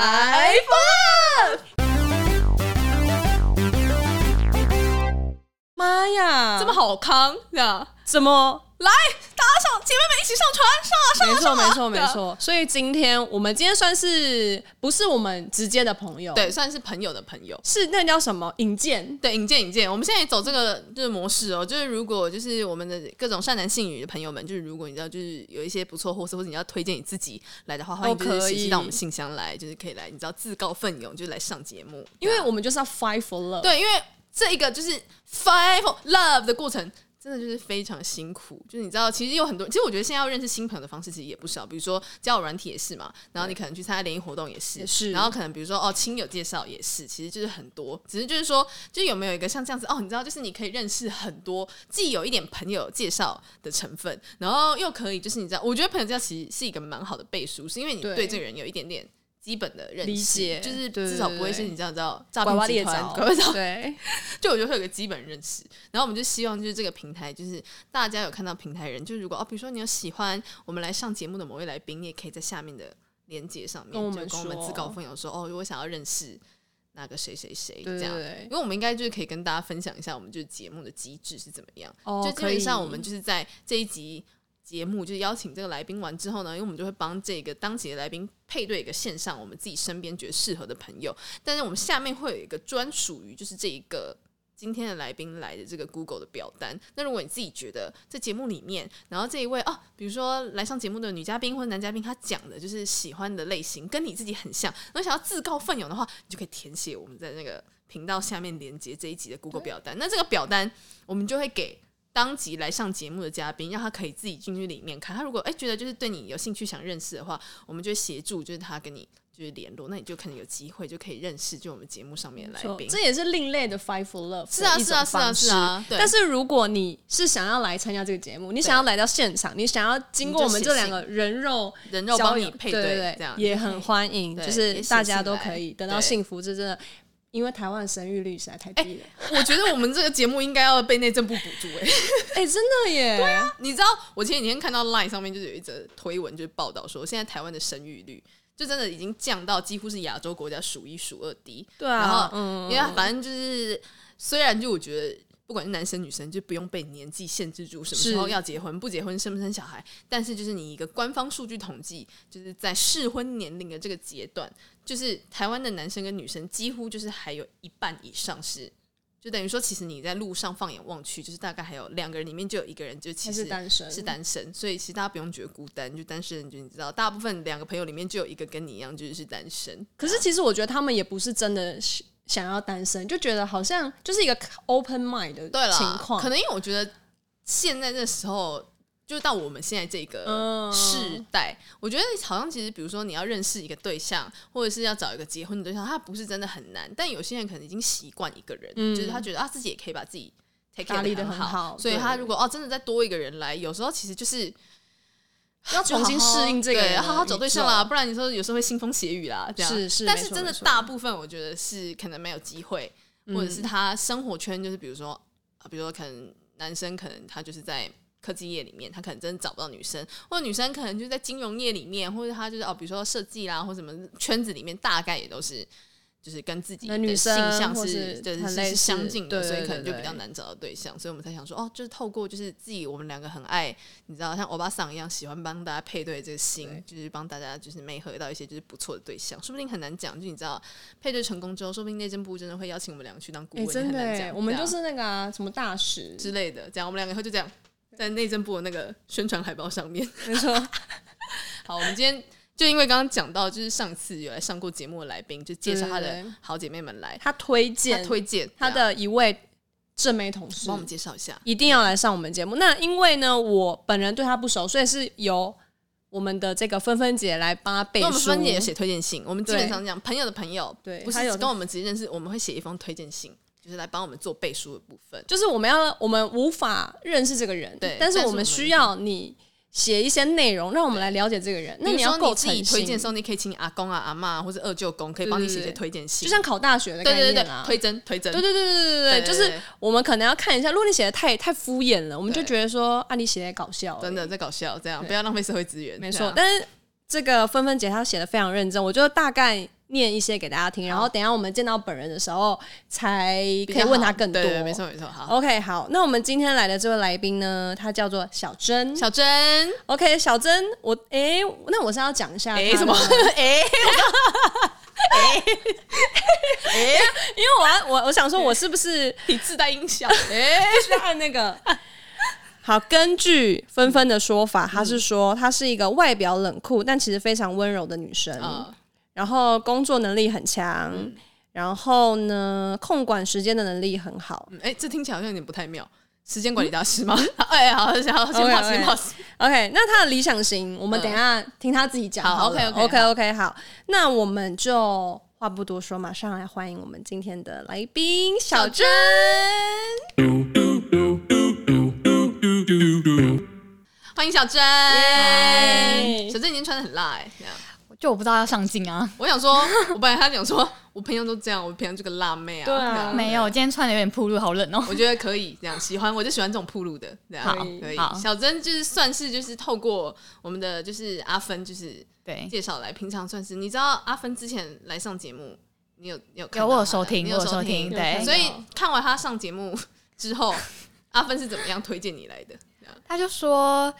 Five Up。妈呀，这么好康，这样怎么？来，大家上，姐妹们一起上船，上啊上没啊错，上啊没错，没这样错。所以今天我们今天算是不是我们直接的朋友？对，，算是朋友的朋友。是那叫什么引荐？对，引荐引荐，我们现在走这个就是模式哦，就是如果就是我们的各种善男信女的朋友们，就是如果你知道就是有一些不错或是或者你要推荐你自己来的话，欢迎就是哦可写信以到我们信箱来，就是可以来，你知道自告奋勇就是来上节目，啊因为我们就是要 fight for love。，对，因为这一个就是 five for love 的过程，真的就是非常辛苦。就是你知道，其实有很多，其实我觉得现在要认识新朋友的方式其实也不少，比如说交友软体也是嘛，然后你可能去参加联谊活动也是，也是然后可能比如说哦亲友介绍也是，其实就是很多，只是就是说，就是有没有一个像这样子哦，你知道，就是你可以认识很多，既有一点朋友介绍的成分，然后又可以就是你知道，我觉得朋友介绍其实是一个蛮好的背书，是因为你对对这个人有一点点。基本的认理识解就是对至对少不会对是你这样知道诈拐骗集弯裂团啊 枣，拐弯对，就我就会有个基本认识，然后我们就希望就是这个平台，就是大家有看到平台人，就是如果哦，比如说你有喜欢我们来上节目的某位来宾，你也可以在下面的连接上面跟我们就跟我们说自告奋勇说哦，我想要认识那个谁谁谁对这样对对因为我们应该就是可以跟大家分享一下我们就是节目的机制是怎么样，哦就基本上可以我们就是在这一集。节目就是邀请这个来宾完之后呢，因为我们就会帮这个当期的来宾配对一个线上我们自己身边觉得适合的朋友，但是我们下面会有一个专属于就是这一个今天的来宾来的这个 Google 的表单。那如果你自己觉得在节目里面，然后这一位哦，比如说来上节目的女嘉宾或者男嘉宾，他讲的就是喜欢的类型跟你自己很像，然后想要自告奋勇的话，你就可以填写我们在那个频道下面连接这一集的 Google 表单。那这个表单我们就会给。当集来上节目的嘉宾，让他可以自己进去里面看。他如果哎、觉得就是对你有兴趣想认识的话，我们就会协助，就是他跟你就是联络，那你就可能有机会就可以认识就我们节目上面的来错宾。这也是另类的 fight for love 是啊的一是啊种是啊方是式啊对但是如果你是想要来参加这个节目，你想要来到现场，你想要经过我们这两个人肉人肉交帮流你配对对对这样也很欢迎，对就是也写大家信都来可以得到对幸福，这真的。因为台湾的生育率实在太低了， 我觉得我们这个节目应该要被内政部补助哎、哎、真的耶！对啊， 你知道我前几天看到 LINE 上面就是有一则推文，就是报道说现在台湾的生育率就真的已经降到几乎是亚洲国家数一数二低。对啊然后、因嗯为反正就是虽然就我觉得。不管是男生女生，就不用被年纪限制住，什么时候是要结婚，不结婚生不生小孩。但是就是你一个官方数据统计，就是在适婚年龄的这个阶段，就是台湾的男生跟女生几乎就是还有一半以上是，就等于说，其实你在路上放眼望去，就是大概还有两个人里面就有一个人就其还实是单身，是单身，所以其实大家不用觉得孤单，就单身就你知道，大部分两个朋友里面就有一个跟你一样就是是单身，可是其实我觉得他们也不是真的是想要单身，就觉得好像就是一个 open mind 的对了，情况，可能因为我觉得现在这时候，就到我们现在这个嗯世代，我觉得好像其实，比如说你要认识一个对象，或者是要找一个结婚的对象，他不是真的很难，但有些人可能已经习惯一个人，就是他觉得啊自己也可以把自己 take care 嗯打理得得很很好所以他对如果哦真的再多一个人来，有时候其实就是。 要重新适应这个对，人要的好好找对象啦，宇宙不然你说有时候会腥风血雨啦，这样是是但没是错真的没错嗯大部分我觉得是可能没有机会，或者是他生活圈就是比如说啊，比如说可能男生可能他就是在科技业里面，他可能真的找不到女生，或者女生可能就在金融业里面，或者他就是哦，比如说设计啦或什么圈子里面，大概也都是。就是跟自己的那女性生向或是是对很是类是似相近的，对所以对可能就对比较难找到对象，所以我们才想说哦，就是透过就是自己我们两个很爱，你知道像欧巴桑一样喜欢帮大家配对这个心，就是帮大家就是媒合到一些就是不错的对象，说不定很难讲，就你知道配对成功之后，说不定内政部真的会邀请我们两个去当顾哎、问，真的很难哎，讲。我们对啊就是那个、啊、什么大使，之类的，这样我们两个以后就这样在内政部的那个宣传海报上面。没错，好，我们今天就因为刚刚讲到，就是上次有来上过节目的来宾，就介绍他对对的对好姐妹们来，他推他荐推荐他这样的一位正妹同事帮我，们介绍一下。一定要来上我们节目。那因为呢，我本人对他不熟，所以是由我们的这个芬芬姐来帮他背因书。为我们分姐有写推荐信，我们基本对上这样，朋友的朋友，对不是还有跟我们直接认识，我们会写一封推荐信，就是来帮我们做背书的部分。就是我们要我们无法认识这个人，对但但是是我我们们需要你写一些内容，让我们来了解这个人。那比如要说够你自诚己信，推荐的时候，你可以请你阿公啊、阿妈或者二舅公，可以帮你写一些对对对推荐信，就像考大学的对概对对念对啊。推甄推甄，对对对对对对对对对就是我们可能要看一下，如果你写的太太敷衍了，我们就对觉得说啊，你写的搞笑而已，真的在啊搞笑，这样不要浪费社会资源。没这错样。但是这个芬芬姐她写的非常认真，我就大概念一些给大家听，然后等一下我们见到本人的时候才比可以较问他好更多。哦对对，没错没错。好， OK，好，那我们今天来的这位来宾呢，他叫做小珍。小 珍， OK，小珍，我诶，那我是要讲一下哎她什么 的哎 哎哎，因为我要我我想说，我是不是你自带音效 哎， 是按那个？好，根据纷纷的说法，她是说她是一个外表冷酷，但其实非常温柔的女生，啊然后工作能力很强，然后呢，控管时间的能力很好。嗯哎，这听起来好像有点不太妙。时间管理大师吗？嗯 哎，好，先好，先 OK， pause，先 OK pause。 OK，那她的理想型，我嗯们等一下听她自己讲好好了。 ，OK，OK， OK OK 好，那我们就话不多说，马上来欢迎我们今天的来宾小珍。欢迎小珍耶，小珍已经穿的很辣哎、这样就我不知道要上镜啊。我想说，我本来他讲说，我朋友都这样，我平常就个辣妹啊，对啊这样没有，我今天穿的有点暴露，好冷哦、我觉得可以这样，喜欢我就喜欢这种铺路的，这样好可以好。小珍就是算是就是透过我们的就是阿芬就是对，介绍来，平常算是你知道阿芬之前来上节目，你有你有看有到我有她收的听你我有收收听对所以看完她上节目之后，阿芬是怎么样推荐你来的？这样他就说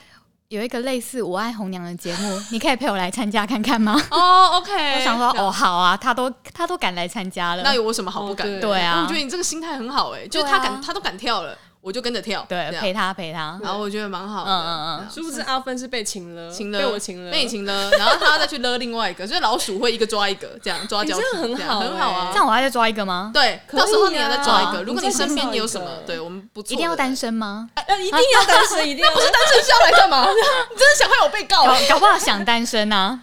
有一个类似《我爱红娘》的节 目，你可以陪我来参加看看吗？哦，OK，我想说，哦，好啊，他都他都敢来参加那了，有我什么好不敢的？哦对啊对啊我觉得你这个心态很好哎、就是对啊他敢、他都敢跳了，我就跟着跳，对，这样陪他陪他，然后我觉得蛮好的，嗯嗯嗯这样殊不知阿芬是被请了，请了被我请了，被你请了，然后他再去勒另外一个，所以老鼠会一个抓一个，这样抓你交替，真的很这样好很好啊欸这。样我还再抓一个吗？对，可以啊到时候你要再抓一个。如果你你再身边也有介什绍一个么，对我们不错的，一定要单身吗？呃，一定要单身，一 定要单身。单身是要来干嘛？ 你真的想害我被告搞啊？搞不好想单 身啊。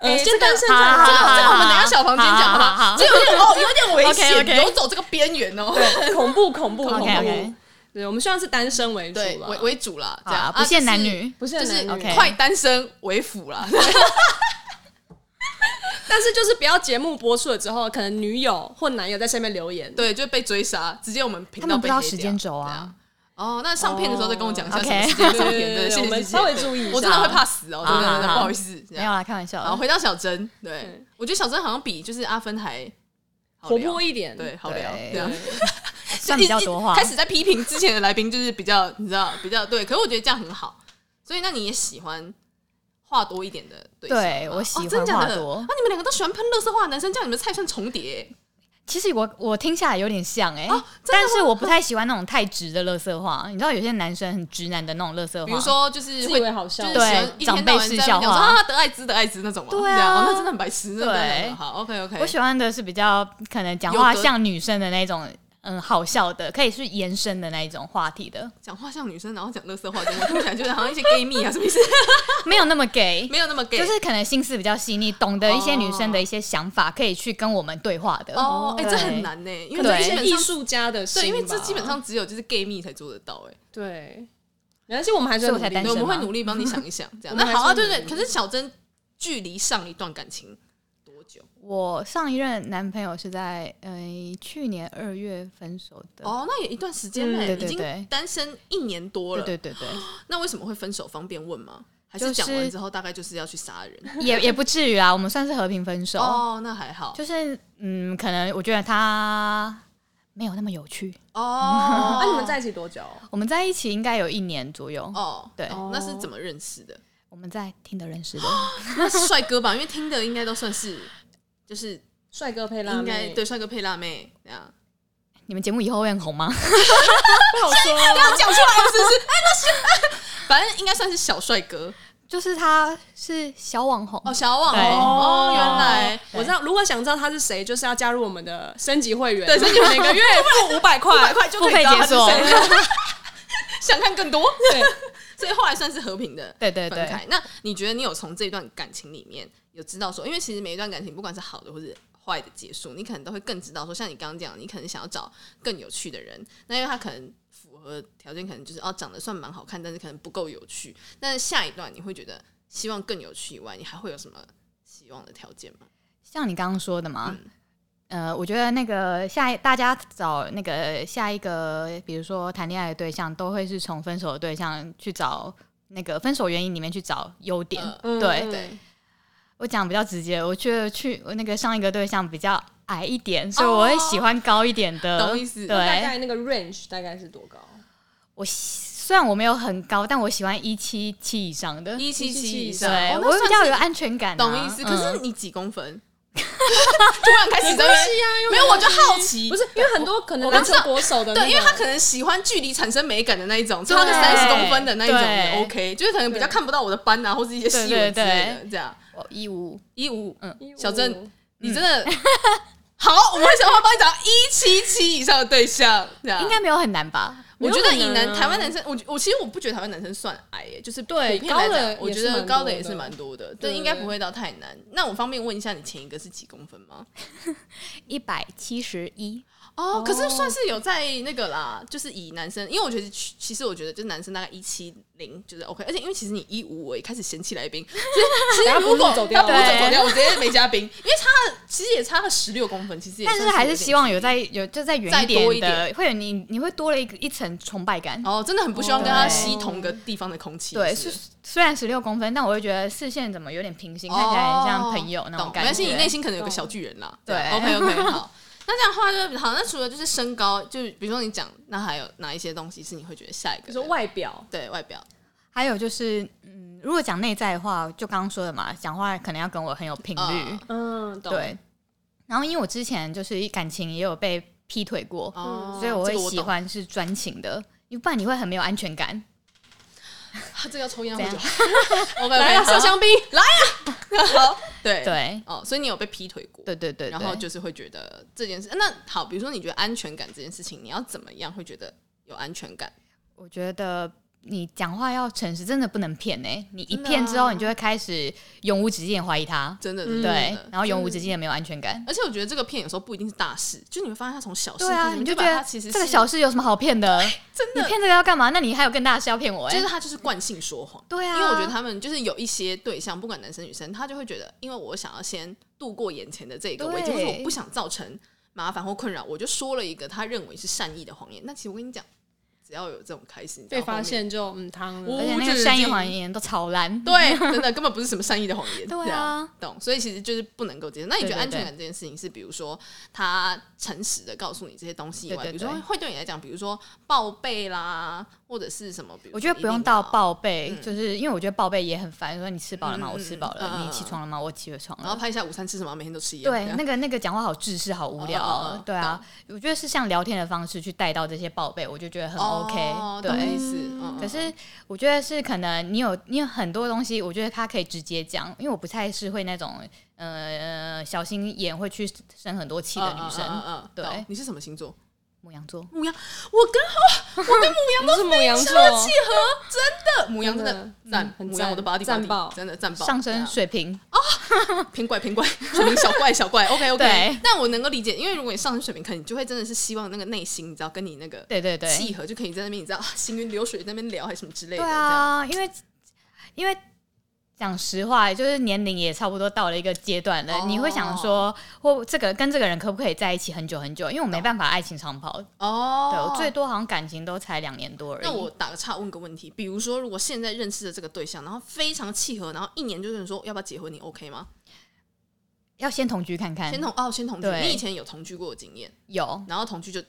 呃，哎先这个单身再好来好这这个这个我个好们等一下好小房间讲好不好好好？好这有点哦，有点危险， OK，OK 游走这个边缘哦。对，恐怖恐怖恐 OK OK，怖。对，我们希望是单身为主对，了，为为主啦，好这样啊，不限男，女，不是啊很就是男女就是 OK 快单身为辅啦。但是就是不要节目播出了之后，可能女友或男友在下面留言，对，就被追杀，直接我们频他道们不被知道黑时掉间轴对啊啊。哦，那上片的时候再跟我讲一下哦什么时间 OK 上片，对对对谢谢我们谢谢稍微对注意一我真的下会怕死哦，对好对对，好不好好意思，这没样有啦，开玩笑然后的。回到小珍，对对我觉得小珍好像比就是阿芬还好活聊泼一点。对，好聊，对这样 算比较多话开始在批评之前的来宾，就是比较你知道比较对，可是我觉得这样很好，所以那你也喜欢话多一点的对象吗对我喜欢哦真的假的话多啊，你们两个都喜欢喷乐色话的男生，这样你们菜算重叠欸其实我我听下来有点像哎、哦真的但是我不太喜欢那种太直的乐色话。你知道有些男生很直男的那种乐色话，欸，比如说就是自以会为好笑就是对喜欢一天到晚在那边讲长辈式笑说话啊得艾滋得艾滋那种嘛，对啊这样哦那真的很白痴，那真的很对好，OK OK，我喜欢的是比较可能讲有话格像女生的那种，嗯，好笑的，可以去延伸的那一种话题的，讲话像女生，然后讲乐色话，真的听起来就是好像一些 gay 蜜啊，什么意思？ 没有那么 gay，没有那么 gay，就是可能心思比较细腻，懂得一些哦女生的一些想法，可以去跟我们对话的。哦，哎，对这很难呢，因为可能这基对一些本艺上术家的心吧，对，因为这基本上只有就是 gay 蜜才做得到，哎。对。没关系，我们还是所以我才很努力对，单身我们会吗努力帮你想一想， 这样。我们那还好啊，是对会对。努可是小珍距离上一段感情多久？我上一任男朋友是在呃去年二月分手的。哦，那也一段时间嘞，嗯对对已对经单身一年多对了。对对对，那为什么会分手？方便问吗？还是就是讲完之后大概就是要去杀人？也也不至于啦，啊我们算是和平分手。哦，那还好。就是嗯，可能我觉得他没有那么有趣。 哦，那啊你们在一起多久？我们在一起应该有一年左右，哦，对哦那是怎么认识 的？我们在听的 认识的。那是帅哥吧？因为听的应该都算是，就是帅哥配辣应该妹，对帅哥配辣妹这样。你们节目以后会很红吗？不哎好说。哦要讲出来是不是？ 哎，那是， 反正应该算是小帅哥就是他是小网红，哦，小网对红哦，原来我知道，如果想知道他是谁，就是要加入我们的升级会员，对升级会员 每个月付五百块，五百块就付知费道解他是锁。谁 想看更多，对， 所以后来算是和平的对对分对，开。那你觉得你有从这段感情里面有知道说，因为其实每一段感情不管是好的或是坏的结束，你可能都会更知道说，像你刚刚讲，你可能想要找更有趣的人，那因为他可能符合条件，可能就是哦长得算蛮好看，但是可能不够有趣。但是下一段你会觉得希望更有趣以外，你还会有什么希望的条件吗？像你刚刚说的嘛。嗯呃，我觉得那个下一大家找那个下一个，比如说谈恋爱的对象，都会是从分手的对象去找那个分手原因里面去找优点。呃嗯对对，我讲比较直接，我觉得去我那个上一个对象比较矮一点，所以我会喜欢高一点的。懂意思那大对，概那个 range 大概是多高？我喜虽然我没有很高，但我喜欢一七七以上的。一七七以上，对，哦那我会比较算是有安全感啊、懂意思。可是嗯你几公分？ 突然开始在那边哎没有，我就好奇，不是，因为很多可能我刚篮球知道国手的那种，对，因为他可能喜欢距离产生美感的那一种，对超过三十公分的那一种也对 OK，就是可能比较对看不到我的斑啊，或是一些细对纹对之类的这样。我一五，一五五，因为我小郑，你真的 好，我们想要帮你找一七七以上的对象，这样应。该没有很难吧？我觉得以没有很男难啊台湾男生，我我其实我不觉得台湾男生算矮耶，就是对普遍来高的讲，我也觉是得蛮高的多也是的蛮多的，对对，应该不会到太难。那我方便问一下，你前一个是几公分吗？一百七十一，哦哦，可是算是有在那个啦，就是以男生，因为我觉得其其实我觉得就是男生大概一七零就是 OK，而且因为其实你一五我也开始嫌弃来宾， 所以其实等下不如果录走掉他不录走对走掉，我直接没嘉宾， 因为差了其实也差了十六公分，其实也但是算还有是点希望有在有就在远再一多点一的，会有你你会多了一个一层崇拜感。哦，真的很不希望跟他对吸同个地方的空气，对，是是不是虽然十六公分，但我会觉得视线怎么有点平行，看起来很像朋友那种懂感没关觉。系，你内心可能有个小巨人啦。 对，OK OK，好。那这样的话就是好。那除了就是身高，就是比如说你讲，那还有哪一些东西是你会觉得下一个比人？如说外表，对外表，还有就是，嗯，如果讲内在的话，就刚刚说的嘛，讲话可能要跟我很有频率，嗯嗯，懂。对。然后因为我之前就是感情也有被劈腿过，哦，所以我这会个 喜懂欢是专情的，因为不然你会很没有安全感。啊这个要抽烟喝怎酒样。 OK，来了， 麝香槟，来， 好，对对，哦，所以你有被劈腿过，对对对对。然后就是会觉得这件事。那好，比如说你觉得安全感这件事情，你要怎么样会觉得有安全感？我觉得你讲话要诚实，真的不能骗哎、你一真的骗之后，啊你就会开始永无止境地怀疑他，真的，嗯真的对真，的然后永无止境的没有安全感。而且我觉得这个骗有时候不一定是大事，就你会发现他从小事对啊，开始你就就把觉他得其实这个是小事有什么好骗的？ 真你的，骗这个要干嘛？那你还有更大的事要骗我哎、就是他就是惯性说谎。对啊，因为我觉得他们就是有一些对象，不管男生女生，他就会觉得，因为我想要先度过眼前的这个危机，对或者我不想造成麻烦或困扰，我就说了一个他认为是善意的谎言。那其实我跟你讲，只要有这种开始，你知道被发后面现就嗯，汤我了。而且那无止个善意境谎言都超烂。对，真的根本不是什么善意的谎言。对这啊样，懂。所以其实就是不能够接受。那你觉得对对安全感这件事情是，比如说他诚实的告诉你这些东西以外，对对比如说对会对你来讲，比如说报备啦，或者是什么，比如说我觉得一不用定到要。报备，嗯就是因为我觉得报备也很烦。说你吃饱了吗？嗯我吃饱嗯了。嗯你起床了吗？我起了床然后了。拍一下午餐吃什么，每天都吃一样。这对，样那个那个讲话好自私，好无聊嗯嗯哦嗯。对啊，我觉得是像聊天的方式去带到这些报备，我就觉得很 OK。哦懂意对，思。嗯可是我觉得是可能你有你有很多东西，我觉得他可以直接讲，因为我不太是会那种呃小心眼会去生很多气的女嗯嗯生。嗯嗯嗯对懂你是什么星座？牧羊座，母羊，我跟你是母羊座，呃母羊真的真的赞嗯，很母羊我的赞 body 赞 body，爆真的赞爆，上对啊升水平，偏怪偏怪， 水平小怪小怪，OK OK 对。但我能够理解，因为如果你上升水平，可能你就会真的是希望那个内心，你知道跟你那个对对对，契合，就可以在那边你知道行云流水在那边聊还是什么之类的。对啊，因为因为讲实话，就是年龄也差不多到了一个阶段了，哦你会想说，或这个跟这个人可不可以在一起很久很久？因为我没办法爱情长跑，这样哦，对我最多好像感情都才两年多而已。那我打个岔，问个问题，比如说，如果现在认识的这个对象，然后非常契合，然后一年就是说要不要结婚，你 OK 吗？要先同居看看，先同哦，先同居，嗯对你以前有同居过的经验，有然后同居就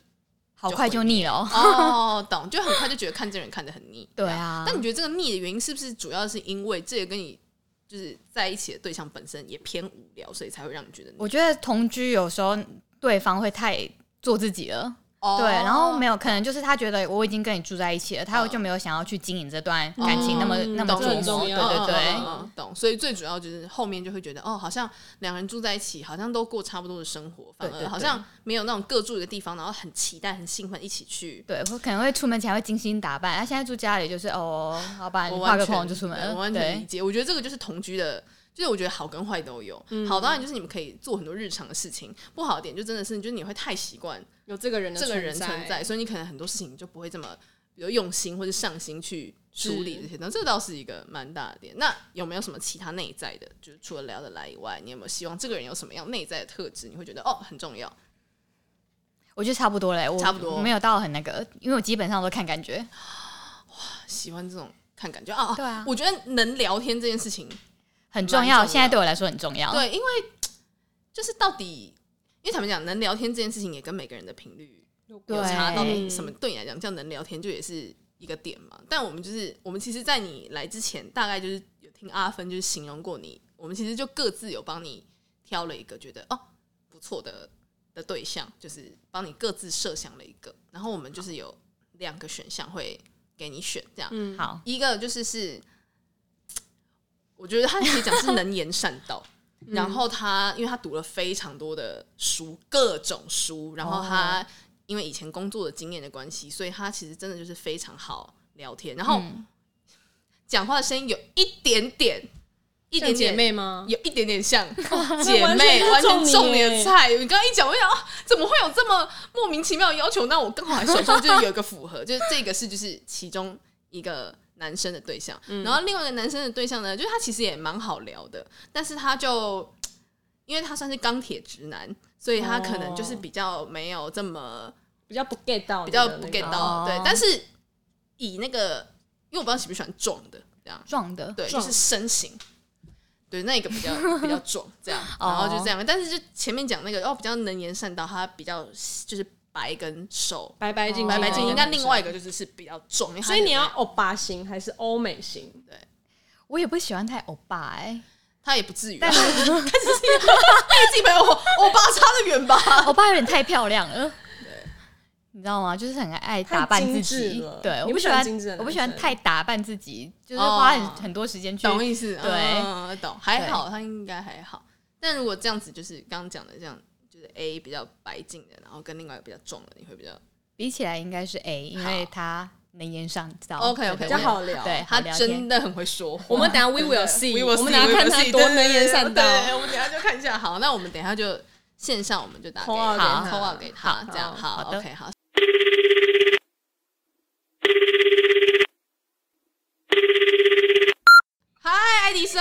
好快就腻了哦。哦，懂，就很快就觉得看这人看得很腻。对啊，但你觉得这个腻的原因是不是主要是因为这个跟你就是在一起的对象本身也偏无聊，所以才会让你觉得腻？我觉得同居有时候对方会太做自己了。哦对，然后没有，可能就是他觉得我已经跟你住在一起了，他嗯哦就没有想要去经营这段感情那么、嗯那么懂这琢很磨，重对要对对，嗯嗯嗯嗯懂。所以最主要就是后面就会觉得，哦，好像两个人住在一起，好像都过差不多的生活，反对而对好像没有那种各住一个地方，然后很期待、很兴奋一起去。对，我可能会出门前会精心打扮，他、现在住家里就是哦，老板我画完个全框就出门对了，我完全理对解。我觉得这个就是同居的，就是我觉得好跟坏都有。嗯好，当然就是你们可以做很多日常的事情，不好的点就真的是，就是你会太习惯有这个人的这个人存在在，，所以你可能很多事情你就不会这么，比如用心或者上心去处理这些东西，这倒是一个蛮大的点。那有没有什么其他内在的，就是除了聊得来以外，你有没有希望这个人有什么样内在的特质，你会觉得哦很重要？我觉得差不多嘞，我差不多没有到很那个，因为我基本上都看感觉，喜欢这种看感觉啊啊！对啊我觉得能聊天这件事情很重重要要，现在对我来说很重要。对，因为就是到底，因为他们讲能聊天这件事情也跟每个人的频率有差，到底什么对你来讲叫能聊天，就也是一个点嘛。但我们就是我们其实，在你来之前，大概就是有听阿芬就是形容过你，我们其实就各自有帮你挑了一个觉得哦不错的的对象，就是帮你各自设想了一个，然后我们就是有两个选项会给你选这样。嗯，好，一个就是是，我觉得他可以讲是能言善 道。嗯然后他，因为他读了非常多的书，各种书，然后他哦因为以前工作的经验的关系，所以他其实真的就是非常好聊天，然后嗯讲话的声音有一点点，一点像姐点妹吗？有一点点像姐妹，那完全完全就中你中你的耶菜。你刚刚一讲，我就想、啊，怎么会有这么莫名其妙的要求？那我刚好还手上就是有一个符合， 就是这个是就是其中一个男生的对象，然后另外一个男生的对象呢，就是他其实也蛮好聊的，但是他就因为他算是钢铁直男，所以他可能就是比较没有这么。比较不 get 到比你的较那个，不 get 哦到，对，但是以那个，因为我不知道喜不喜欢壮的，这样壮的，对，就壮是身形，对，那一个比较比较壮，这 样，哦然后就这样，但是就前面讲那个哦，比较能言善道，他比较就是白跟瘦，白白净净白白净的净，那那种另外一个就是是比较重，因为他所以你要有欧巴型还是欧美型？我也不喜欢太欧巴 哎、他也不至于啊，他只是他也自己朋友，我爸差得远 吧，欧巴有点太漂亮了。你知道吗？就是很爱打扮自太精己致了，对，你我不不喜喜欢欢精致的，男我不喜欢生太打扮自己，就是花很、哦很多时间去懂意思？对嗯，懂，还对好，他应该还好，但如果这样子，就是刚刚讲的这样。就是 A 比较白净的，然后跟另外一个比较重的，你会比较比起来应该是 A，因为他能言善道。 OK，OK，对比比较较好好聊。对，好他聊天真的很会说话。我们等下 we 对 will see， We 我 will 们等下 see，we 看 will 他 see，多对对能言善道。对对对我们等下就看一下。好，那我们等下就线上我们就打给 Call out 他给他 call out 给他，好这样好好的 OK 好。嗨，爱迪生，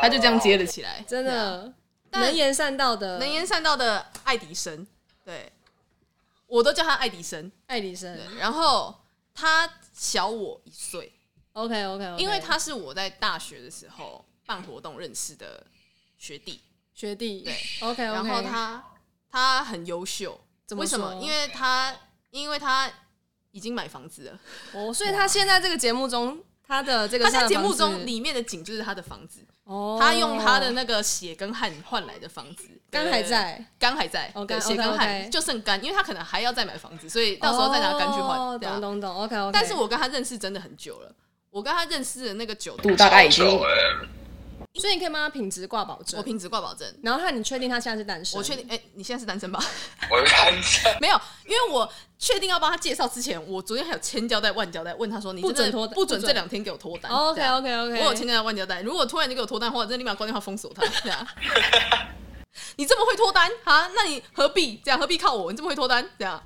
他就这样接了起来，真的但能言善道的能言善道的爱迪生，对我都叫他爱迪生。爱迪生对，然后他小我一岁， ，OK OK，因为他是我在大学的时候办活动认识的学弟，学弟，对，OK 然 OK，后他他很优秀，怎为么什么？说因为他因为他已经买房子了，哦，所以他现在这个节目中，他的这个他在上节的房目子中，里面的景就是他的房子，哦他用他的那个血跟汗换来的房子，肝对还，在，对肝还在，哦对肝血 OK，跟 OK 汗就剩肝，因为他可能还要再买房子，所以到时候再拿肝去换，哦对啊懂懂懂，OK OK。但是我跟他认识真的很久了，我跟他认识的那个久度，大概已经，所以你可以帮他品质挂保我证，凭直挂保证。然后他你确定他现在是单身？我确定，哎、你现在是单身吧？我单身，没有，因为我确定要帮他介绍之前，我昨天还有千交代万交代，问他说你不真的准脱单不准不准哦这两天给我脱单。这 OK 样 OK 啊 OK，我有千交代万交代，如果突然就给我脱单的话，我真的立马挂电话封锁他。这样， 你这么会脱单啊？那你何必这样？何必靠我？你这么会脱单这样？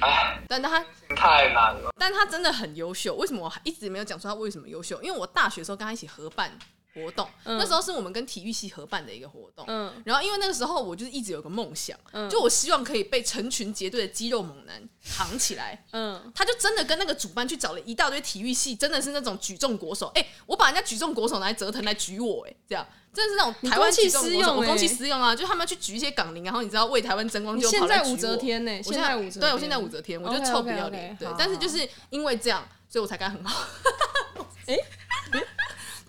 唉，但他啊太难了。但他真的很优秀。为什么我还一直没有讲出他为什么优秀？因为我大学的时候跟他一起合办活动，嗯那时候是我们跟体育系合办的一个活动。嗯然后因为那个时候我就是一直有个梦想，嗯就我希望可以被成群结队的肌肉猛男扛起来。嗯，他就真的跟那个主办去找了一大堆体育系，真的是那种举重国手。哎、我把人家举重国手拿来折腾来举我、哎，这样真的是那种台湾举重国手，你公器私用我哎公器私用啊！就他们去举一些杠铃，然后你知道为台湾争光你就跑现来在举我武则天呢？我现在武则天，对我现在武则天，我就 OK，臭不 OK，要脸 OK，对好，但是就是因为这样，所以我才跟他很好。 诶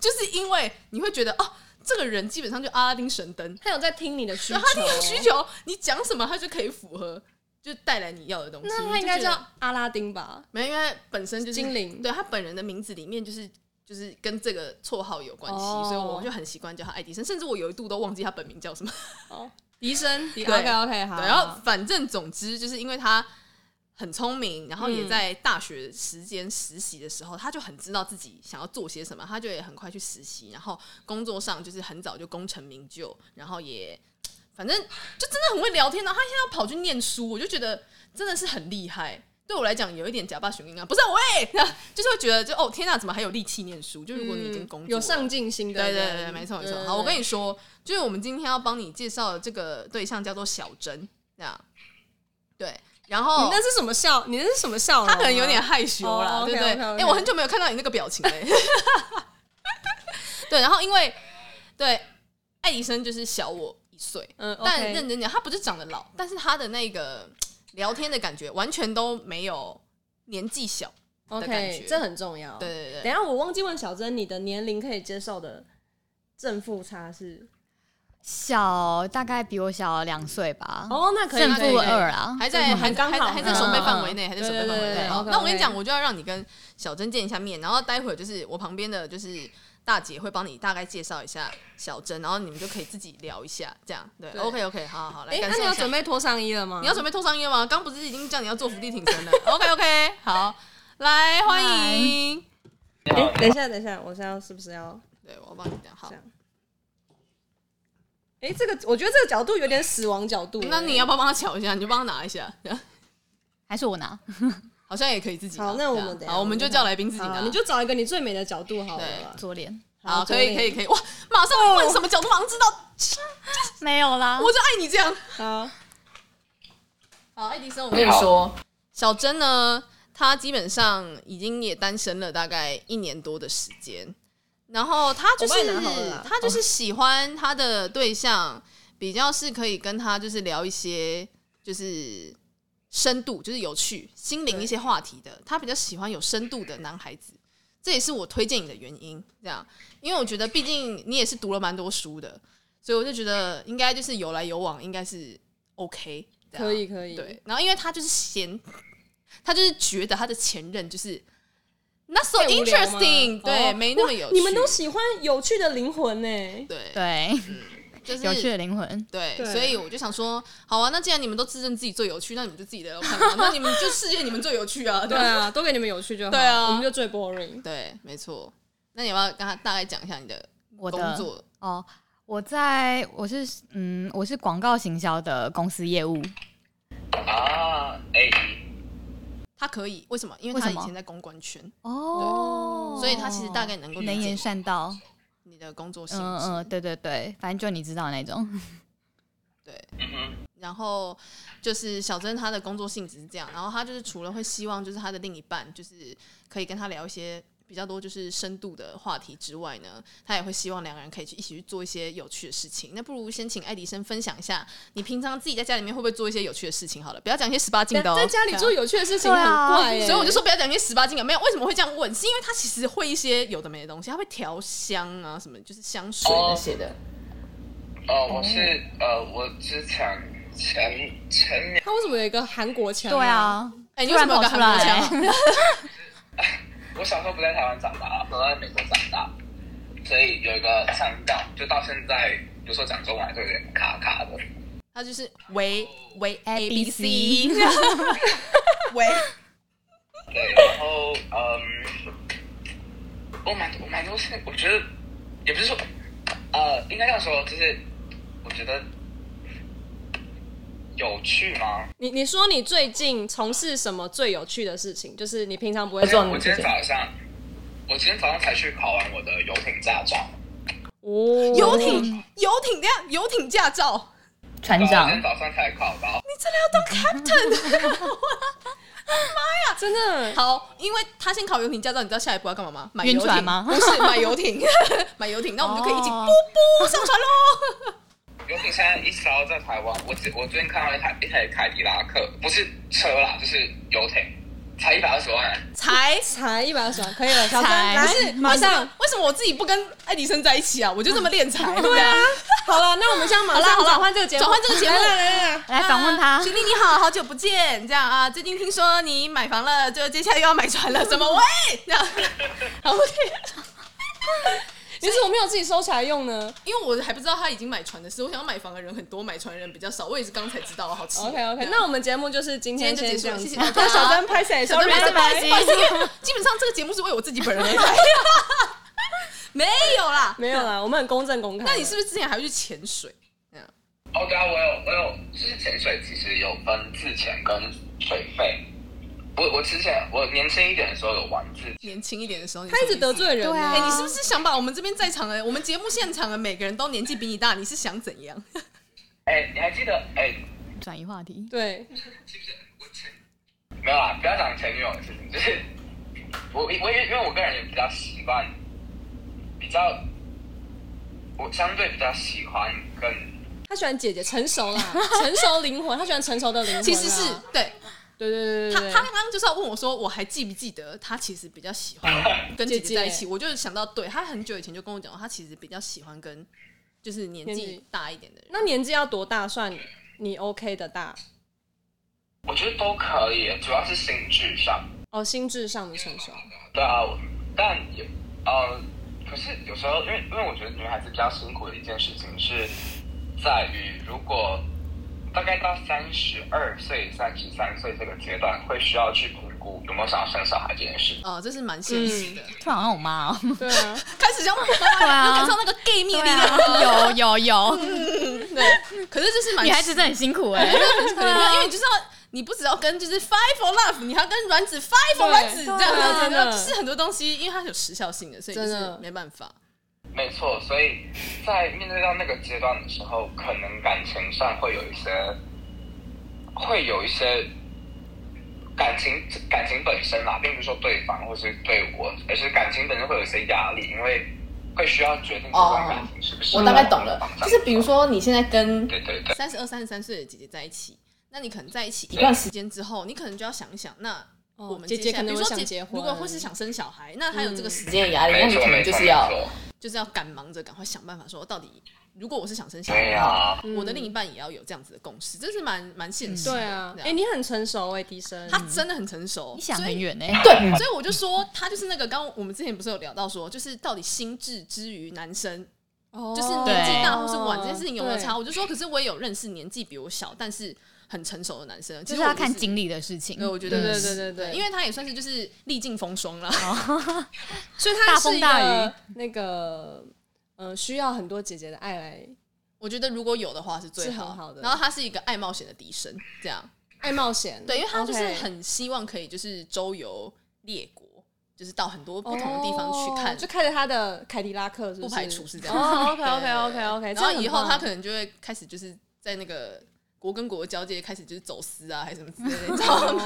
就是因为你会觉得哦，这个人基本上就阿拉丁神灯，他有在听你的需对求，哦他这个需求，你讲什么他就可以符合，就带来你要的东西。那你他就应该觉得叫阿拉丁 吧？没有，因为他本身就是精灵对他本人的名字里面就是就是跟这个绰号有关系，哦所以我就很习惯叫他爱迪生，甚至我有一度都忘记他本名叫什么。哦，笛声对，OK OK，好。对，然后反正总之就是因为他很聪明，然后也在大学时间实习的时候，他就很知道自己想要做些什么，他就也很快去实习，然后工作上就是很早就功成名就，然后也反正就真的很会聊天。然后他现在要跑去念书，我就觉得真的是很厉害。对我来讲，有一点假扮雄鹰啊，不是啊喂，就是会觉得就哦天哪，怎么还有力气念书？就如果你已经工作了、嗯有上进心的对人，对对，没错没错。好，我跟你说，就是我们今天要帮你介绍的这个对象叫做小珍，这样对。然你后那是什么笑？你那是什么笑容啊？他可能有点害羞啦，哦对不对？哎、 OK，OK，OK 我很久没有看到你那个表情嘞。 对，然后因为对爱迪生就是小我一岁，嗯，但 OK 认真讲，他不是长得老，但是他的那个聊天的感觉完全都没有年纪小。的感 OK，觉这很重要。对，对等一对，下我忘记问小珍，你的年龄可以接受的正负差是？小大概比我小两岁吧，哦，那可以，正可以负可以二啊，还在还很哦刚还好还在手背嗯范围内，还在手背范围对对内。对好 OK，那我跟你 OK 讲，我就要让你跟小珍见一下面，然后待会儿就是我旁边的就是大姐会帮你大概介绍一下小珍，然后你们就可以自己聊一下，这样对。对 OK OK，好好好，来哎，感那谢一你要下准。备脱上衣了吗？你要准备脱上衣了吗？刚不是已经叫你要做伏地挺身 了？OK OK，好，来欢迎。你好哎，等一下，等一下，我现在是不是要对，我帮你讲好这。样？哎，这个我觉得这个角度有点死亡角度。那你要不要帮他瞧一下？你就帮他拿一下， 还是我拿？好像也可以自己拿。好那我对们啊等一下好，我们就叫来宾自己好拿。你就找一个你最美的角度好了啦。左脸好，可以可以左可以，哇！马上问哦什么角度，马上知道， 没有啦，我就爱你这样。好，好，爱迪生，我跟你好说，小珍呢，她基本上已经也单身了大概一年多的时间，然后她就我帮是哦你拿好了啦她就是喜欢她的对象比较是可以跟她就是聊一些就是深度，就是有趣、心灵一些话题的，她比较喜欢有深度的男孩子。这也是我推荐你的原因，这样，因为我觉得毕竟你也是读了蛮多书的，所以我就觉得应该就是有来有往，应该是 OK，这样可以可以。对，然后因为他就是嫌，他就是觉得他的前任就是 not so 太无聊吗 interesting，对，哦没那么哇有趣。你们都喜欢有趣的灵魂呢？对，对，就是有趣的灵魂。对，对所以我就想说，好啊，那既然你们都自认自己最有趣，那你们就自己聊聊看吧。那你们就世界你们最有趣啊， 对对吧啊，都给你们有趣就好。对啊我们就最 boring。对，没错。那你要不要跟他大概讲一下你的我的工作？哦，我在我是嗯，我是广告行销的公司业务，啊，哎、他可以，为什么？因为为他什以么前在公关圈，哦，所以他其实大概能够理能解言善道，你的工作性质。嗯嗯，对对对，反正就你知道那种，对，嗯哼，然后就是小珍她的工作性质是这样，然后她就是除了会希望就是她的另一半就是可以跟她聊一些比较多就是深度的话题之外呢，她也会希望两个人可以去一起去做一些有趣的事情。那不如先请爱迪生分享一下，你平常自己在家里面会不会做一些有趣的事情？好了，不要讲一些十八禁的哦在。家里做有趣的事情很对啊怪耶，所以我就说不要讲一些十八禁的，没有为什么会这样问？是因为他其实会一些有的没的东西，他会调香啊什么，就是香水那些的。哦，我是嗯呃，我职场前前年他为什么有一个韩国腔？对，啊，哎、你突为什然么有跑个出韩国腔啊？来，我小时候不在台湾长大，我呃在美国长大，所以有一个上道，就到现在，比如说讲中文还是有点卡卡的。他就是喂喂 A A, B B, C， C 喂，对，然后嗯，我蛮我蛮多事，我觉得也不是说，呃，应该这样说，就是我觉得有趣吗？你你说你最近从事什么最有趣的事情？就是你平常不会做哎我的今事情。天早上，我今天早上才去考完我的游艇驾照。哦，游艇游艇这样游艇驾照，船对啊长我今天早上才考到。啊真的好，因为他先考游艇驾照，你知道下一步要干嘛吗？买游晕船艇吗不是买游艇， 买游艇，那我们就可以一起哦波波上船喽。游艇现在一艘在台湾，我只我最近看到一台一台凯迪拉克，不是车啦，就是游艇，才一百二十万。才才一百二十万，可以了，小三才来不是， 马 上为什么我自己不跟爱迪生在一起啊？我就这么练才，对对啊。好了，那我们现在马好啦上好啦转换这个节目，转换这个节目来来来来， 来访问啊他学，弟你好，好久不见，这样啊，最近听说你买房了，就接下来又要买船了，怎么喂？这样， 好 OK，你怎么没有自己收起来用呢因为我还不知道他已经买船的事，我想要买房的人很多，买船的人比较少，我也是刚才知道，好奇。啊？OK OK，那我们节目就是今天今天先就结束这了样子，谢谢大家 小三拍谁？小珍 Sorry，拍手拍拜拜手拍手因为基本上这个节目是为我自己本人而拍，没有啦。没有啦，我们很公正公开。那你是不是之前还会去潜水？哦，对啊，我有我有，就是潜水其实有分自潜跟水费。我我之前我年轻一点的时候有玩自潜，年轻一点的时候，他一直得。罪人呢？对啊哎、你是不是想把我们这边在场的，我们节目现场的每个人都年纪比你大？你是想怎样？哎，你还记得哎？转移话题，对，记不记得我前没有啦，不要讲前女友的事情，就是我我因为因为我个人也比较习惯比较我相对比较喜欢跟他喜欢姐姐成熟啦，成熟灵魂，他喜欢成熟的灵魂啦。其实是对对对对他，对对，他刚刚就是要问我说，我还记不记得他其实比较喜 欢跟姐姐在一起，我就想到，对他很久以前就跟我讲，他其实比较喜欢跟就是年年纪纪大一点的人。那年纪要多大算你 OK 的大？我觉得都可以，主要是心智上。哦，心智上的成熟。对啊，我但也呃，可是有时候，因为因为我觉得女孩子比较辛苦的一件事情是在于，如果大概到三十二岁、三十三岁这个阶段，会需要去评估有没有想要生小孩这件事。呃，这是蛮现实的。嗯突然好像我妈 哦，对啊，开始像我妈对妈，啊有感受那个 gay 魅力了。有有有，啊对，可是这是蛮啊 女孩子真的很辛苦哎、 可能没有，因为你就是要，你不只要跟就是 five for love，你还要跟卵子 five for 对卵子这对啊样子，真的就是很多东西，因为它是有时效性的，所以就真是的没办法。没错，所以在面对到那个阶段的时候，可能感情上会有一些，会有一些感情感情本身啦，并不是说对方或是对我，而是感情本身会有一些压力，因为会需要决定这段感情是哦不是、说你现在跟对对对，三十二、三十三岁的姐姐在一起，那你可能在一起一段时间之后，你可能就要想一想，那哦我们姐姐接下来可能比如说姐会想结婚嗯如果或是想生小孩，那还有这个时间的压力，没哎那你错可能没就错是没要错，就是要赶忙着赶快想办法说，到底如果我是想生小孩对的呀、话，啊，我的另一半也要有这样子的共识，这是蛮蛮现实的。嗯对啊，对哎，你很成熟哎，迪生。他真的很成熟，你想所以很远哎、 对，所以我就说他就是那个，刚刚我们之前不是有聊到说，就是到底心智之于男生，哦就是年纪大对或是晚这件事情有没有差？对我就说，可是我也有认识年纪比我小，但是很成熟的男生，其实就是我要看经，经历的事情嗯对，，我觉对得对是对对对，对，因为他也算是就是历尽风霜了，哦所以他大是风一大个雨那个呃，需要很多姐姐的爱来 我觉得如果有的话是最是很好的然后他是一个爱冒险的迪生，这样爱冒险。对，因为他就是 OK 很希望可以就是周游列国，就是到很多不同的地方去哦看就，开着他的凯迪拉克是是，不排除是这样哦，OK OK OK OK，然后以后他可能就会开始就是在那个国跟国的交界开始就是走私啊，还是什么之类的，你知道 吗？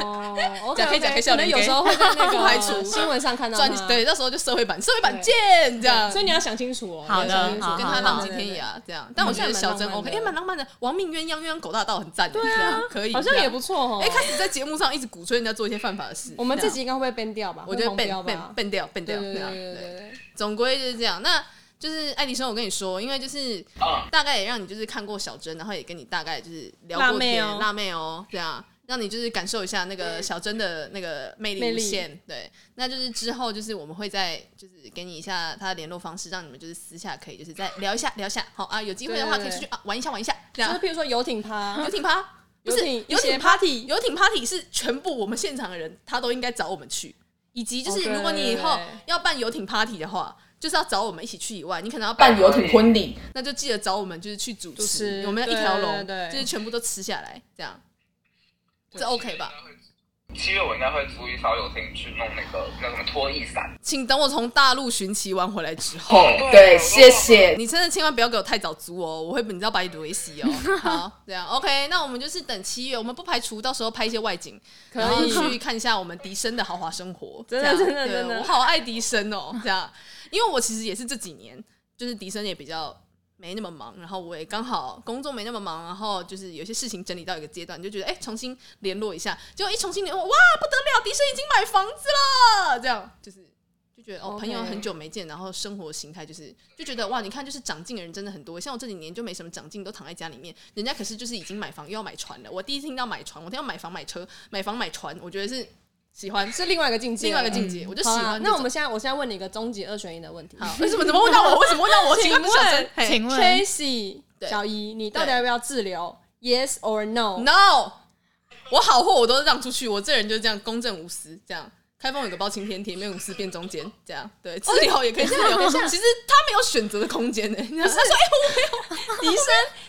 哦讲 可以，OK 讲可以 OK，笑可能脸有给时候会在那不个排除新闻上看到赚他对，到时候就社会版，社会版对见这样，所以你要想清楚哦，好的你要想清楚好跟他浪迹对对天对涯这样。但我觉得小真嗯 OK，也蛮蛮浪漫的浪漫的。王命鸳鸯鸳鸯狗大道很赞的，对啊，可以，好像这样也不。错哦哎，。开始在节目上一直鼓吹人家做一些犯法的事，我们这自样己应该会被 ban 掉吧？我觉得会变黄标变吧。变掉变对掉，对这对样对对对，对，总归就是这样。那就是爱迪生，我跟你说，因为就是嗯，大概也让你就是看过小珍，然后也跟你大概就是聊过天，辣妹哦辣妹哦，这样让你就是感受一下那个小珍的那个魅魅力无力限。对，那就是之后就是我们会再就是给你一下她的联络方式，让你们就是私下可以就是再聊一下聊一下。好啊，有机会的话对可对以出去啊玩一下玩一下，这就是样譬如说游艇趴游，艇趴。不是游艇游一些艇 party 游艇 party 是全部我们现场的人，他都应该找我们去。以及就哦是，对如果你以对后对要办游艇 party 的话，就是要找我们一起去以外，你可能要办游艇婚礼，那就记得找我们，就是去主主持持，我们要一条对龙，对对就是全部都吃下来，这样，这 OK 吧？？七月我应该会租一艘游艇去弄那个那什么拖曳伞。请等我从大陆巡骑完回来之后，哦，对，谢谢。你真的千万不要给我太早租哦，我会你知道把你雷死哦。好，这样 OK，那我们就是等七月，我们不排除到时候拍一些外景，可然后以 去看一下我们迪生的豪华生活。 真的这样真的对真的我好爱迪生哦，这样，因为我其实也是这几年，就是迪生也比较。没那么忙，然后我也刚好工作没那么忙，然后就是有些事情整理到一个阶段，就觉得哎、重新联络一下，结果一重新联络，哇不得了，迪生已经买房子了，这样就是就觉得哦 OK 朋友很久没见，然后生活形态就是就觉得哇，你看就是长进的人真的很多，像我这几年就没什么长进，都躺在家里面，人家可是就是已经买房又要买船了。我第一次听到买船，我听到买房买车，买房买船，我觉得是喜欢是另外一个境界另了，外一个境界，我就喜好啦欢这种。那我们现在，我现在问你一个终极二选一的问题。好，为什么怎么问到我？为什么问到我？请问请小珍嘿请问 Tracy 对小姨，你到底要不要自留？Yes or no？ No，我好货我都让出去，我这人就是这样公正无私，这样开封有个包青天，铁面无私辨中间，这样对哦治疗也可以治疗。其实他没有选择的空间呢、他说哎、迪生，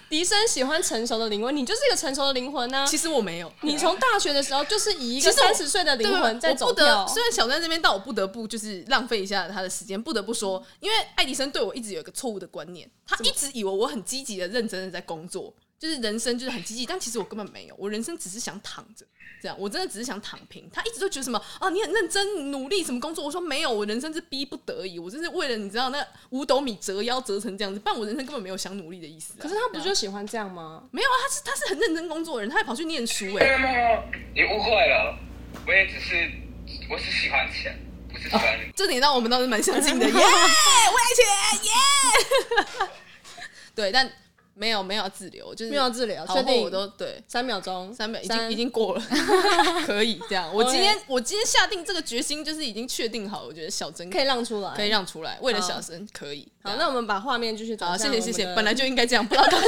迪生喜欢成熟的灵魂，你就是一个成熟的灵魂 呢、其实我没有，你从大学的时候就是以一其个实我三十岁的 对啊灵魂在我走不得跳，虽然小在这边，但我不得不就是浪费一下他的时间。不得不嗯说，因为爱迪生对我一直有一个错误的观念，他一直以为我很积极的、认真的在工作，就是人生就是很积极，但其实我根本没有，我人生只是想躺着，这样我真的只是想躺平。他一直都觉得什么啊，你很认真努力什么工作，我说没有，我人生是逼不得已，我真是为了你知道那五斗米折腰折成这样子，不然我人生根本没有想努力的意思啊、可是他不对就啊喜欢这样吗？没有啊？他是他是很认真工作的人，他还跑去念书哎、没有没有没有，你误会了，我也只是我只喜欢钱，不是喜欢你。这点让我们倒是蛮相信的， 耶！我爱钱，耶！对，但没有没有自留，就是没有自留好确定货我都对三秒钟，三秒已三经已经过 了，可以这样。我 OK 今天我今天下定这个决心，就是已经确定好，我觉得小珍可以让出来，可以。让出来，为了好小珍可以。好，这那样我们把画面继续转好，谢向谢我谢们谢，的本来就应该这样，不知道 刚才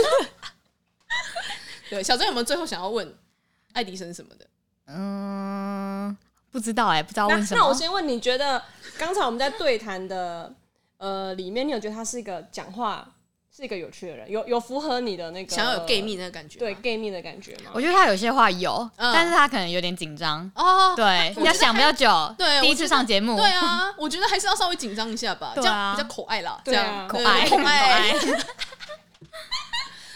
对，小珍有没有最后想要问爱迪生什呃么的？嗯，不知道哎、不知道那问什么。那我先问，你觉得刚才我们在对谈的呃里面，你有觉得他是一个讲话是一个有趣的人，有有符合你的那个想要有 gay 蜜那个感觉吗？对 gay 蜜的感觉吗？我觉得他有些话有，嗯但是他可能有点紧张。哦，对，要想比较久。 对第我一觉次得上节哦目，对啊，我觉得还是要稍微紧张一下吧，这对样啊比较可爱啦，这对啊样可对爱可可爱爱。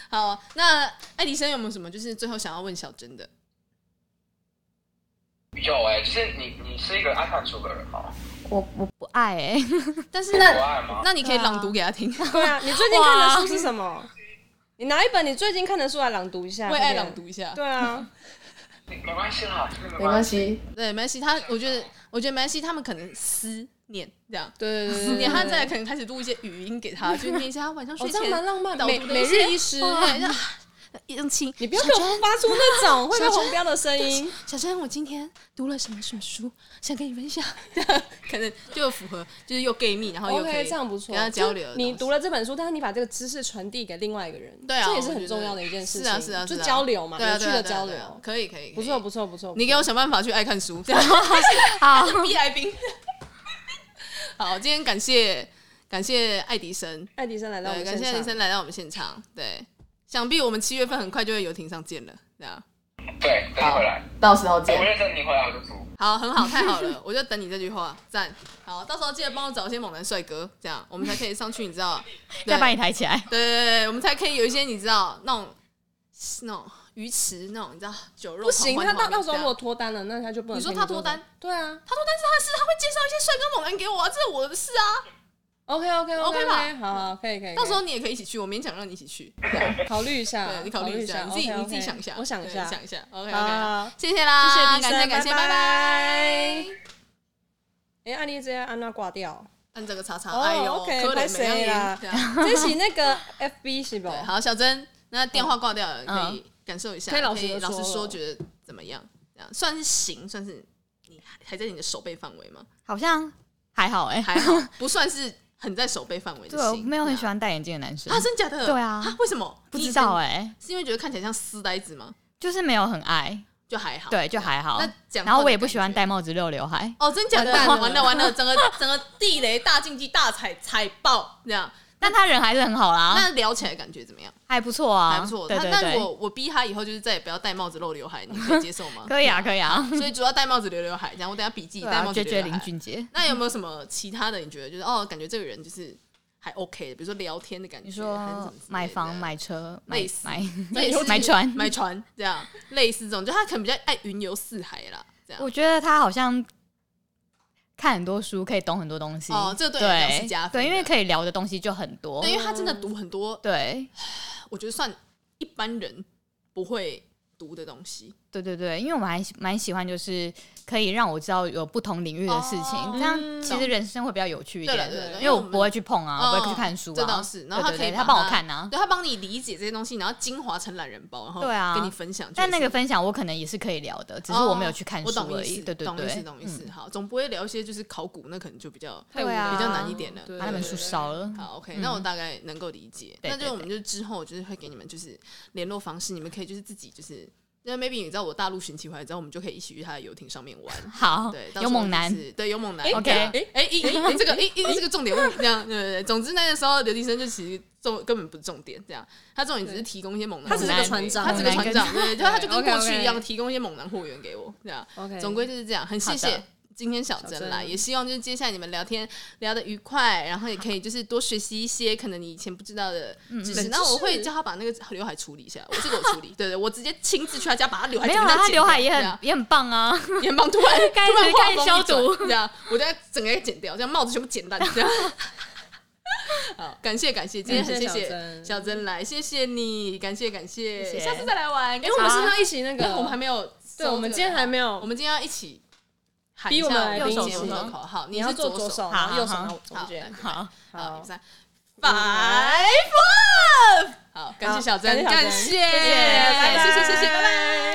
好，那爱迪生有没有什么就是最后想要问小珍的？有哎、就是你你是一个爱看书的人吗？我我不爱哎、但是不那爱吗？那你可以对啊朗读给他听，对啊，你最近看的哇书是什么？你拿一本你最近看的书来朗读一下， 为快爱点朗。读一下。啊对啊，没关系啦，真的没关。系，对，梅西他，我觉得我觉得梅西他们可能思念这样。对对思念，他再来可能开始录一些语音给他，就念一下他晚上哦，睡这样前蛮浪漫，导每读的每些日一诗。话对，啊 用情你不要给我发出那种会被小陈红标的声音。小珍，我今天读了什么什么书，想跟你分享， 可能就符合，就是又 gay 蜜，然后又可 OK，以这样不错。跟他交流的就东是西。你读了这本书，但是你把这个知识传递给另外一个人，对啊这也是我觉很得重要的一件事情。是啊是啊，就是啊交流嘛，对啊有趣的对啊交流对啊。对啊可以可以，不错不错，错不错，你给我想办法去爱看书，好，逼来宾。 好，今天感谢感谢爱迪生， 爱迪生来到我对，们感现谢爱场迪，生来到我们现场，对，想必我们七月份很快就会游艇上见了，这样。对，等你回来。到时候我见不。认真，你回来我就租。好，很好，太好了，我就等你这句话，赞。好，到时候记得帮我找一些猛男帅哥，这样我们才可以上去，你知道？对再把你抬起来。对对对，我们才可以有一些你知道那种那种鱼池那种你知道酒肉不行，狂他欢的画面到到时这候如样果脱单了，那他就不能。你说他脱单？对啊他说但是他是他会介绍一些帅哥猛男给我啊，这是我的事啊。 ，OK OK OK 吧好好可以可以。到时候可你也可以一起去，我勉强让你一起去。以考虑一下对，，你考虑一下，你自己 OK，OK 你自己想一下，我想一对下，想一下。OK 好 OK，谢谢啦，谢谢迪感生谢感谢，拜拜拜拜。哎，案例直接按那挂掉。按这个叉叉，哦哎呦， OK，可拍怜谁没啦样这样这起那 个 FB 是不？对，好，小珍，那电话挂掉了，嗯可以感受一下，可以老老实地老实说说，了觉得怎么样？这样算是行，算是你还还在你的手背范围吗？好像还好哎、还好， 不算是很在手背范围的对，我行。没有很喜欢欢戴眼镜的男生啊，，真假的？对啊为什么？不知道哎，哎、是因为觉得看起来像丝呆子吗？就是没有很爱，就还好，对，就还好哦那。讲话的感觉，然后我也不喜欢戴帽子、溜刘海，哦，真假的？完蛋了完了完了，整个 整个地雷大竞技大踩踩爆这样。但他人还是很好啦，那聊起来感觉怎么样？还不错啊，还不错。对对那那如对，果我逼他以后就是再也不要戴帽子露刘海，你可以接受吗？ 可以啊，可 以啊，所以主要戴帽子留刘海，这样我等下笔记对戴啊，帽子绝留绝刘林海。俊杰。那有没有什么其他的？你觉得就是哦，感觉这个人就是还 OK 的，比如说聊天的感觉，你还是什么说之类的买房、买车、类买似买类似 买船 买船这样，类似这种，就他可能比较爱云游四海啦，这样我觉得他好像看很多书，可以懂很多东西。哦这对对你来讲是加分的对，因为可以聊的东西就很多对，。因为他真的读很多，对，我觉得算一般人不会读的东西。对对对，因为我还蛮喜欢，就是可以让我知道有不同领域的事情哦，这样其实人生会比较有趣一对了点对了对。了因为因为我我们不会去碰啊，我不会去哦看书啊，这倒是。然后对可对以对把他帮我看啊。对他帮你理解这些东西，然后精华成懒人包，然后对啊跟你分享。但那个就是分享我可能也是可以聊的，只是我没有去看哦我书懂而意已。思，对对懂意对嗯思，懂意思。好，总不会聊一些就是考古，那可能就比较太无对啊聊比较难一点了对把那本对书对烧了。好，OK，嗯那我大概能够理解。对那对就我们就之后就是会给你们就是联络方式，你们可以就是自己就是，因为 maybe 你知道我大陆巡奇回来之后，我们就可以一起去他的游艇上面玩。好对，，到时候有哦猛就男，是，对，有猛男诶 OK 哎哎，诶诶诶这个哎哎，这个重点物这样，对对对。总之那个时候刘迪生就其实重根本不是重点，这样，他重点只是提供一些猛男他货只源是给个我，船长他只是个猛船男长，对，就他就跟 OK，OK 过去一样提供一些猛男货源给我，这样。 OK 总归就是这样，很谢好谢的。今天小小珍珍来，也希望就是接下来你们聊天聊得愉快，然后也可以就是多学习一些可能你以前不知道的嗯知识。冷然后我知会识叫他把那个刘海处理一下，我这个我处理，对对，我直接亲自去他家把他刘海没有整个啊，他剪掉刘海也对很啊也很棒啊，眼棒突 然开突然始画开始风一消转毒这样我就要整个给剪掉，这样帽子全部剪烂，这样。好，感谢感谢，今天很谢感谢小谢珍小珍来，谢谢你，感谢感谢，谢谢下次再来玩。因哎，我们是不是要一起那个？我们还没有，对，我们今天还没有，我们今天要一起喊逼一我们下来我们宾节一目起的口号，你是要做左左手，好然后右手好拿我中间。好，好，一好三，five love，好，感谢小感珍，谢小感珍谢，谢谢拜拜谢谢谢谢，拜拜。